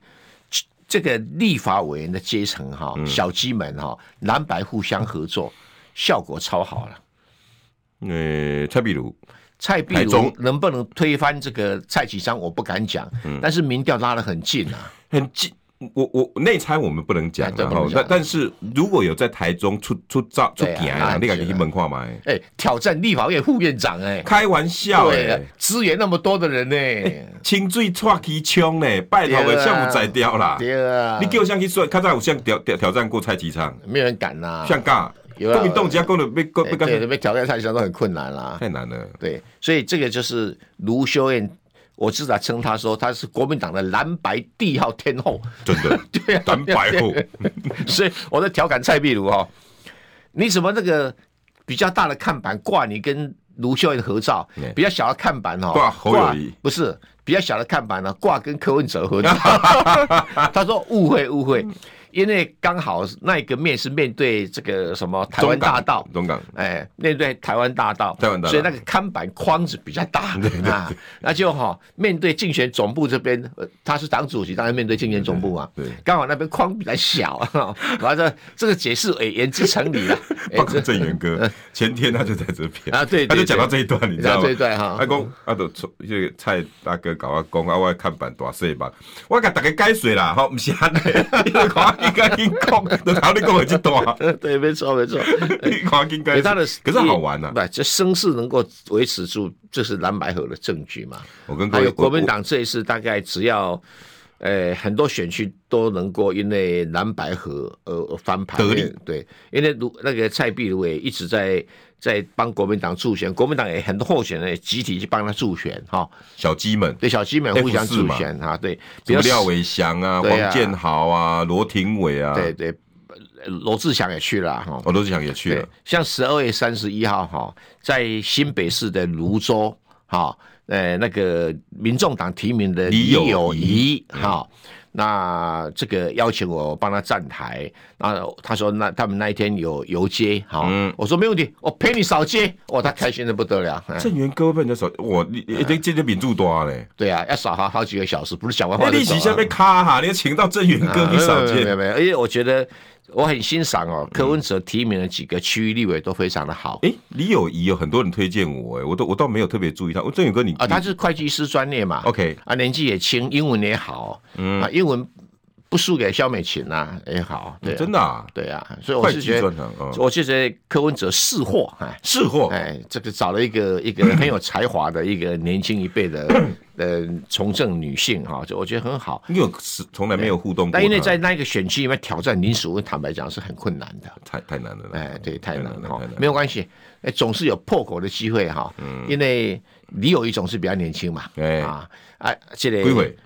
这这个立法委员的阶层哈，
嗯
小鸡们哈，蓝白互相合作，效果超好了。
呃，蔡壁如
蔡壁
台
如
中
能不能推翻这个蔡启章，我不敢讲，
嗯
但是民调拉得很近啊。
很近。我我内参我们不能讲
哎，对
然
不能
后
讲
但但是如果有在台中出出照出
对啊
点
那
啊，你敢
是
给
啊
你门跨吗？哎
哎、挑战立法院副院长、哎，
开玩笑哎、
对啊，资源那么多的人哎呢、
清水踹起枪呢，拜托的项目宰掉啦。
啊对啊，
你给我像去算，看在有像挑挑挑战过蔡其昌，
没有人敢呐、
像尬，
有啊
国民党只要讲了被被
哎
干
对，被挑战蔡启章都很困难啦、
太难了。
对，所以这个就是卢修燕，我至少称他说他是国民党的蓝白帝号天后，
真的，
对啊，
蓝白后，
所以我在调侃蔡壁如哦，你怎么那个比较大的看板挂你跟卢秀燕的合照
对，
比较小的看板哦
哎挂侯友谊
挂不是 比较小的看板呢、挂跟柯文哲合照。他说误会误会，因为刚好那一个面是面对这个什么台湾
中港
大道，
中港
哎，面对台湾大道，
台湾大道
所以那个看板框子比较 大，对对啊，那就哈、面对竞选总部这边，呃他是党主席，当然面对竞选总部嘛，
对对
刚好那边框比较小， 哈完了这个解释也言之 成理了，哎
报告郑源哥， 前天他就在这边
啊对对
他就讲到这一段，你知道吗？啊
讲到这一段哈
阿公阿斗这个蔡大哥搞阿公啊，我的看板大细吧，我给大家解水啦，吼，不是安尼， 你就看我应该应讲，就头你讲的这段，
这 对，没错 没错。
你看我应
对
该，
他的
可是好玩啊呐。
不，这声势能够维持住，这是蓝白河的证据嘛。
我跟各
还
位
有国民
我
党这一次大概只要，呃，很多选区都能够因为蓝白河而翻盘
得利
因为对，因为卢那个蔡壁如也一直在在帮国民党助选，国民党也很多候选人也集体去帮他助选哈、
小鸡们，
对，小鸡们互相
F4
助
嘛
选哈、啊，对，
什
比
么
较
廖伟翔啊，
对啊
黄建豪啊，罗廷伟啊，
对对，罗志祥也去了哈、
哦，罗志祥也去
对，
了，
像十二月三十一号哈，在新北市的泸州哈，呃，那个民众党提名的
李
李
友嗯
友仪哈。那这个邀请我帮他站台，那他说那他们那一天有游街，哈，
嗯
我说没问题，我陪你扫街，哇，他开心的不得了，嗯
郑源哥会被人家说，我你你这这民主哎多嘞。
对啊，要扫好好几个小时，不是讲完话
那
就
利
走
息
啊
下被卡哈，你请到郑源哥
啊
去扫
没有没
街
有，没有，而且我觉得我很欣赏哦，柯文哲提名的几个区域立委都非常的好，
哎、李友仪有很多人推荐我、哎诶我都我倒没有特别注意他。我郑宇哥你，
啊，他
你
是会计师专业嘛
OK
啊，年纪也轻，英文也好，嗯啊，英文不输给萧美琴啊，也好，对、啊，
真的、啊、
对啊，所以我是觉
会
得
计专长嗯，
我就觉得柯文哲识货，哎
是货，
哎，这个找了一个一个很有才华的一个年轻一辈的 呃从政女性哈，就我觉得很好。
你有是从来没有互动过他，
但因为在那个选区里面挑战林淑文，坦白讲是很困难的。
太太难了啦，
哎，对，太难了哈
太难，了嗯
没有关系，哎，总是有破口的机会哈。因为李友一总是比较年轻嘛，
哎
啊啊，这
归
个
伟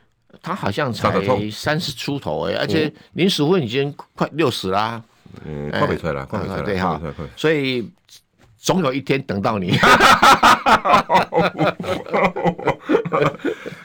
他好像
三十
才
通
三十出头哎，而且林淑芬已经快六十啦，
嗯，跨北出来了，跨北出来
啊
了，
对
跨
哈
北出来，
所以总有一天等到你。
嗯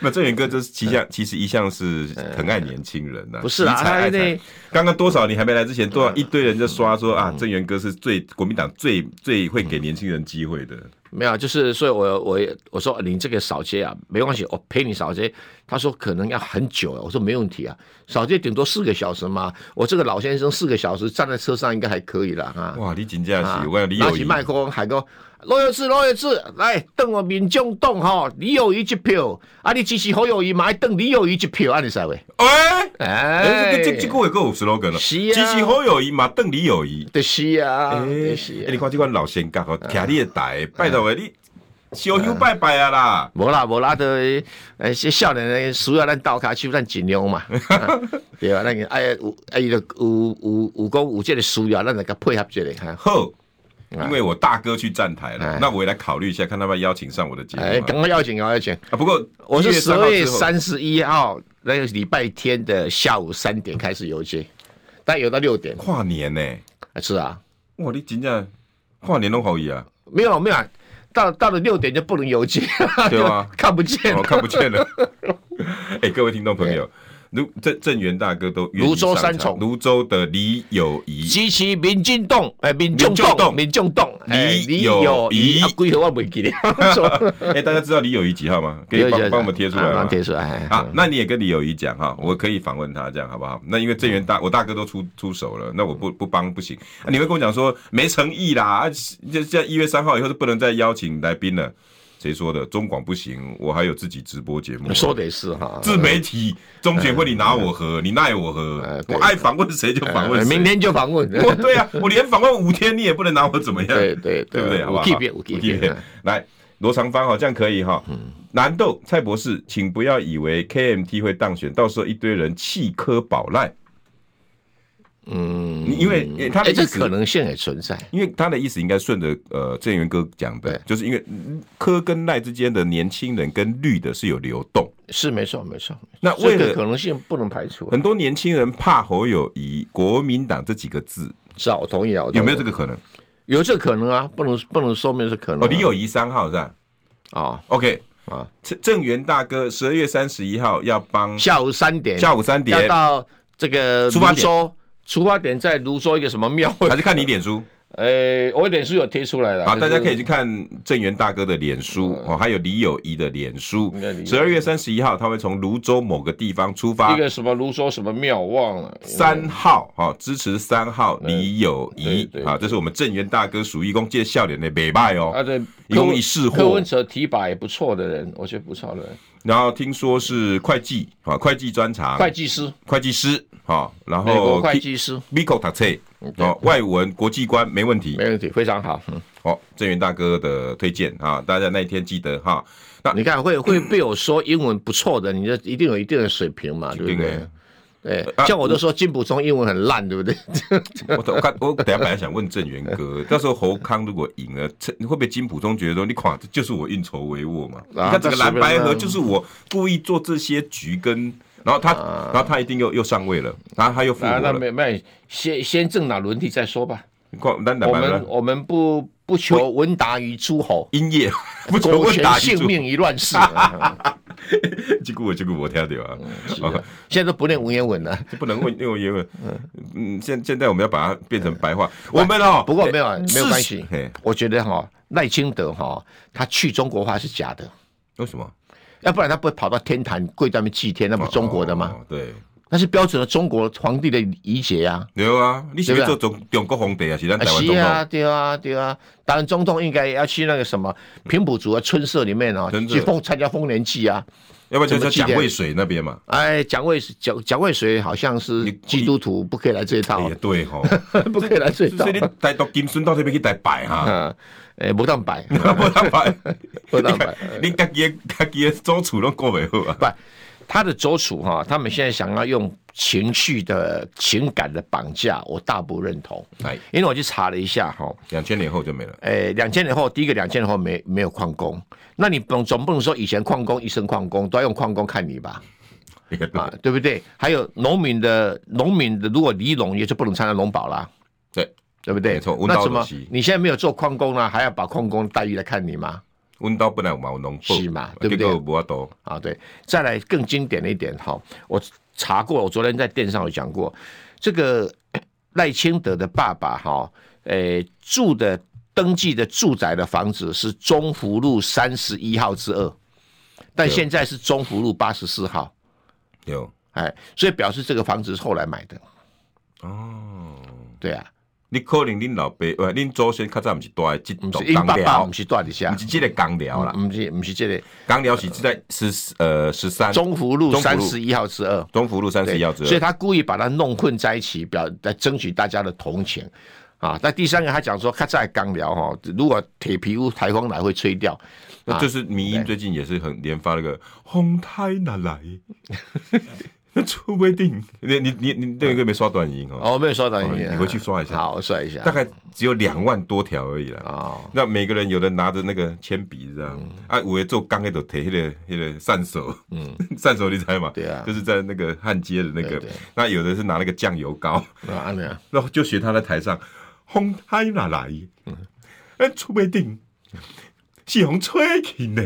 那郑源哥这是其向其实一向是很爱年轻人呐、
呃不是啦啊
惜才
他
爱
那嗯
才刚刚多少你还没来之前，多少一堆人在刷说啊，郑源哥是最国民党最最会
嗯
给年轻人机会的，
没有，就是所以我我我说你这个扫街啊，没关系，我陪你扫街。他说可能要很久啊，我说没问题啊，扫街顶多四个小时嘛。我这个老先生四个小时站在车上应该还可以了啊。
哇，你真正
啊
是，我跟你讲李
拿
友
起
仪，
麦克风喊讲，罗有志，罗有志，来瞪我民众党吼，李友仪一票，啊你支持侯友谊嘛，还瞪李友仪一票，啊你啥喂？
哎、哎、
哎，
这这这句话够有 slogan 了，
是
支
啊
持侯友谊嘛，邓李友谊。
就是啊，
哎、
就是
哎
啊
你，看这款老先角哦，徛你的台，拜托你，小修拜拜啊啦！
无啦无啦的，呃，些少年人需要咱斗卡去咱尽量嘛， 啊对吧？咱个哎有哎有有有有讲有这个需要，咱来个配合这个哈。
呵，因为我大哥去站台了
啊哎，
那我也来考虑一下，看他们要请上我的节目
哎，
啊。
赶快要紧，赶快要紧！
啊，不过
我是十
1 3
二月
之后，
三十一号那个礼拜天的下午三点开始游街，但游到六点。
跨年呢、
啊是啊，
哇，你真正跨年拢好伊 啊，
没有没有啊，到到了六点就不能游街，
对啊
就看不见
我、。看不见了。 哎、各位听众朋友，如郑郑源大哥都愿意
泸州
上场
三重
泸州的李友仪，
支持民进党，哎，民众
民众党
党，民众党，哎
李友仪
啊，几号我 未记得。
哎、大家知道李友仪几号 吗？可以帮帮我们贴出来
啊帮
吗
我？贴出来。
啊，那你也跟李友仪讲哈，我可以访问他，这样好不好？那因为郑源大我大哥都出出手了，那我不不帮不行、啊你会跟我讲说没诚意啦，啊，这这一月三号以后就不能再邀请来宾了。谁说的？中广不行，我还有自己直播节目。
哎说哎的也是哈，
自媒体中选会你拿我和，你奈我何
呃？对
我爱访问谁就访问
呃
谁。
明天就访问。
我对啊，我连访问五天你也不能拿我怎么样？
对对
对不对？好不好？
有级别，有级
有级别
别。
来，罗长芳好像可以哈。南豆蔡博士，请不要以为 KMT 会当选，到时候一堆人弃科保赖。
嗯，
你因为诶他的
哎，
意思
这可能性也存在。
因为他的意思应该顺着呃郑源哥讲的
对，
就是因为嗯科跟赖之间的年轻人跟绿的是有流动，
是没错，没错。
那
这
为
个可
了嗯
能性不能排除。
很多年轻人怕侯友谊、国民党这几个字，
是啊，我同意啊。我同意
有没有这？个可能？
有这可能啊，不能不能说明是可能啊。
哦，李友谊三号是吧
啊
？OK，
啊，
郑郑源大哥十二月三十一号要帮
下午三点，
下午三点
要到这个
出发
泸
点
州出发点在泸州一个什么庙会
还，是看你脸书
呃，我脸书有贴出来了
啊，大家可以
去。
去看郑源大哥的脸书哦，还有李友仪的脸书
应该嗯李友。仪
十二月三十一号，他会从泸州某个地方出
一
发，
个什么泸州什么庙忘了，
三号哦，支持三号李友
嗯对
仪
对
啊，这是我们郑源大哥属义工界笑脸的北拜
啊
哦。
对，
一共一世货
柯文哲提拔也不错的人，我觉得不错的人，
然后听说是会计啊，会计专长，
会计师，
会计师啊，然
美国
后
会计师
Miko 塔切哦，外文国际观没问题
没问题，非常好。嗯
哦。郑源大哥的推荐啊，大家那一天记得哈。那
你看会会被我说英文不错的，你这一定有一定的呃水平嘛，对不对
的？
对，
啊
像我都说金溥聪英文很烂，对不对？
我我看我等一下本来想问郑源哥，到时候侯康如果赢了，这会不会金普中觉得说你垮，这就是我运筹帷幄嘛？
啊
你看整个蓝白
那是不
河
是
就是我故意做这些局跟，然后他，然后他一定又又上位了，然后他又复活
啊，那
了。
没没先先政党轮替再说吧。
你看咱蓝
我
白
们
了，
我们不不求闻达于诸侯，
英业不求
苟
问
全
打一
性
注，
命于乱 世。啊
结果我结果我听到啊，
是啊现在都不念文言文了。
这不能问，因为我因为嗯，现现在我们要把它变成白话，我们哦，
哎不过没有啊
是
没有关系
嘿，
我觉得哈赖清德哈他去中国化是假的，
为什么？
要不然他不会跑到天坛跪在那边祭天，那不中国的吗？
哦？对。
那是标准的中国皇帝的仪节啊。
对啊，你是
对
要
吧
做中中国皇帝啊，是咱
啊，
台湾
是
总统
啊，？对啊，对啊。当然，中东应该也要去那个什么
嗯
平埔族的村社里面哦
真，的
去丰参加丰年祭啊。
要不然就
怎
是
么祭奠
蒋渭水那边嘛。
哎，蒋渭蒋蒋渭水好像是
你
基督徒，不可以来这一套啊
也，哎对 吼，
不可以来这一套
所以。你台独金孙到底要去台拜 哈？
嗯，哎，无 蛋白，
无当 拜，
无
你
蛋白
看。你家己的家己的祖厝拢过袂好啊。
不，他的周楚哈，他们现在想要用情绪的情感的绑架，我大不认同。
哎，
因为我去查了一下哈，
两千年后就没了。
诶，两千年后，第一个两千年后没没有矿工，那你总总不能说以前矿工一生矿工都要用矿工看你吧？
也对
啊，对不对？还有农民的农民的，如果离农业就不能参加农保啦，
对，
对不对？
没错温
那
刀
怎么
的习
你现在没有做矿工呢，还要把矿工待遇来看你吗？
阮兜本来有嘛有农保，
是嘛对不
结
对
果无法度。
啊，对，再来更经典的一点哈，我查过，我昨天在电上有讲过，这个 赖清德的爸爸哈，诶、住的登记的住宅的房子是中福路三十一号之二，但
对
现在是中福路八十四号，
对
哎，所以表示这个房子是后来买的，
哦，
对啊，
你可能恁老爸，喂，恁祖先较早毋是住诶即
不
栋
是因爸
工
爸
寮
不，是啊嗯住底下
啊毋，是即个工寮啦，
不是不是这个
工寮是即在十呃十三
中福路
中福
三
路
十一号之二。
中福路三十一号之
所以
二。
他故意把它弄混在一起，表来争取大家的同情啊。那第三个，他讲说，他在刚聊哈，如果铁皮屋台风来会吹掉，
那
啊
就是迷音最近也是很连发那个红太哪来， 那出不定。你你你你那个没刷短音哦，
哦，我没有说到
哦
你，
你回去刷一下
好，我刷一下
大。概只有两万多条而已啦。
哦，
那每个人有的拿着那个铅笔这
嗯
样，啊，有的做钢的都提那个那个扇手，嗯， 扇手你猜嘛？
对啊
就是在那个焊接的那
对
个
对。
那有的是拿那个酱油膏，
那安妮啊，
然后就学他在台上红太哪来，
嗯
哎，出不定是红吹起呢。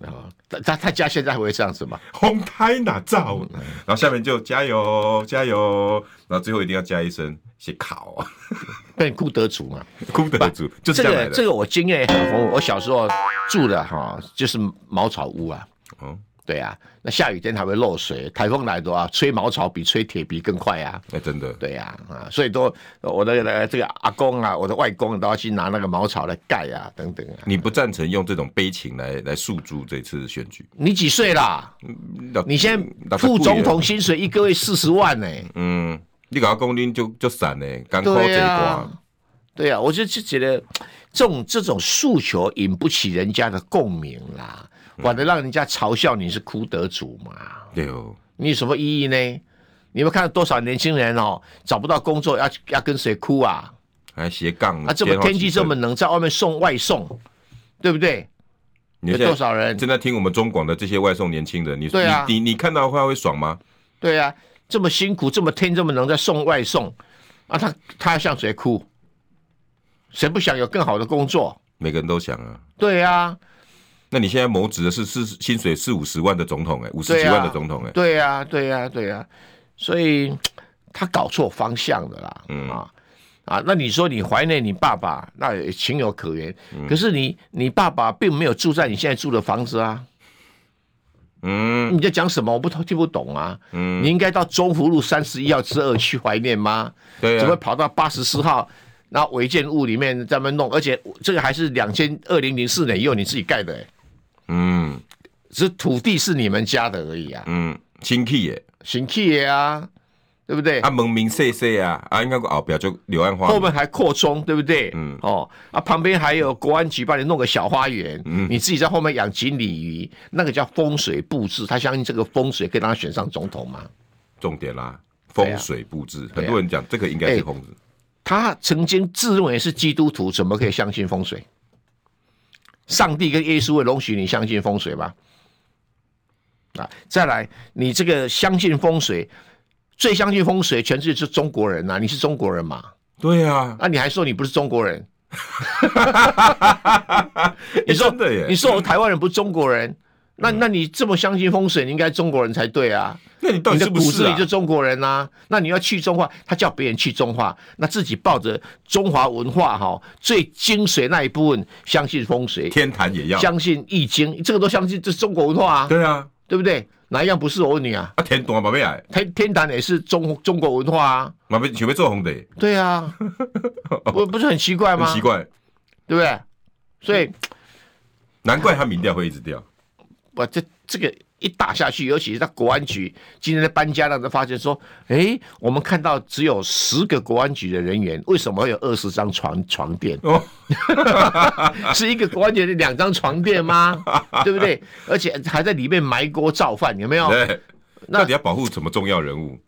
哦他他他家现在还会这样子吗？
红胎哪照？嗯然后下面就加油加油，然后最后一定要加一声写考啊，
变库德族嘛？
功德主就是这
这
样来
个
的。
这个我经验也很丰富。我小时候住的哈、就是茅草屋啊，
哦，
对啊，那下雨天还会漏水，台风来的话，吹茅草比吹铁皮更快啊。
哎、真的，
对呀、啊，所以都我的呃这个阿公啊，我的外公都要去拿那个茅草来盖啊，等等啊。
你不赞成用这种悲情来来诉诸这次选举？
你几岁啦？
老
你现在
老师
副总
故意
统薪水一个月四十万呢、
的，嗯，你搞公斤就就散嘞，干扣
对
这一
呀、
瓜，
对啊呀、我就就觉得这种这种诉求引不起人家的共鸣啦，反而让人家嘲笑你是哭德主嘛，
对哦，
你有什么意义呢？你有没有看到多少年轻人哦找不到工作要要跟谁哭啊？
还斜杠
啊，这么天气这么，冷，在外面送外送，对不对？
你
有
现在
多少人？
正在听我们中广的这些外送年轻人，你、
对啊
你你你看到的话会爽吗？
对啊，这么辛苦，这么天这么冷，在送外送，啊，他他要向谁哭？谁不想有更好的工作？
每个人都想啊。
对啊，
那你现在谋职的是是薪水四五十万的总统哎、五十
对
几
啊
万的总统哎、
对啊，对啊，对啊，所以他搞错方向的啦，
嗯
啊啊，那你说你怀念你爸爸，那也情有可原，
嗯
可是你你爸爸并没有住在你现在住的房子啊，
嗯
你在讲什么？我不听不懂啊，
嗯，
你应该到中福路三十一号之二去怀念吗？
对
怎么
啊，
跑到八十四号？然后违建物里面在那边弄，而且这个还是两千二零零四年以后你自己盖的、欸，
嗯
只是土地是你们家的而已啊，
嗯，清气耶，
新企业啊，对不对？
啊门面细细啊，啊应该个后壁就柳暗花
后
明，
面还扩充，对不对？
嗯
哦，啊，旁边还有国安局帮你弄个小花园，
嗯
你自己在后面养锦鲤鱼，那个叫风水布置。他相信这个风水可以让他选上总统嘛？
重点啦，
对
风
啊
水布置，
对
很
啊
多人讲这个应该是
哎
风水，
他曾经自认为是基督徒，怎么可以相信风水？上帝跟耶稣会容许你相信风水吗？啊，再来，你这个相信风水，最相信风水，全世界就是中国人呐、啊你是中国人嘛？
对啊，
啊，你还说你不是中国人？
哎
你说
真的耶
你说我台湾人不是中国人？那那你这么相信风水，你应该中国人才对啊！
那你到
你
底是
的
不
骨
是
子里
啊
就？中国人呐、那你要去中化，他叫别人去中化，那自己抱着中华文化哈最精髓那一部分，相信风水，
天坛也要，
相信易经，这个都相信，这是中国文化啊，
对啊，
对不对？哪一样不是我问你啊？
啊天坛嘛要来，
天天坛也是中中国文化啊，
嘛要想要做红的，
对 啊，不不是很奇怪
很
吗？
奇怪，
对不对？所以
难怪他民调会一直掉。
哇，这这个一打下去，尤其是在国安局今天在搬家，让人发现说，诶，我们看到只有十个国安局的人员，为什么会有二十张床床垫？
哦，
是一个国安局的两张床垫吗？ 对不对？而且还在里面埋锅造饭，有没有？
对，
那
到底要保护什么重要人物？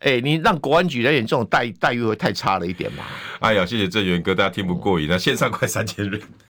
诶，你让国安局人员这种待待遇会太差了一点嘛？
哎呀，谢谢郑源哥，大家听不过瘾，那线上快三千人。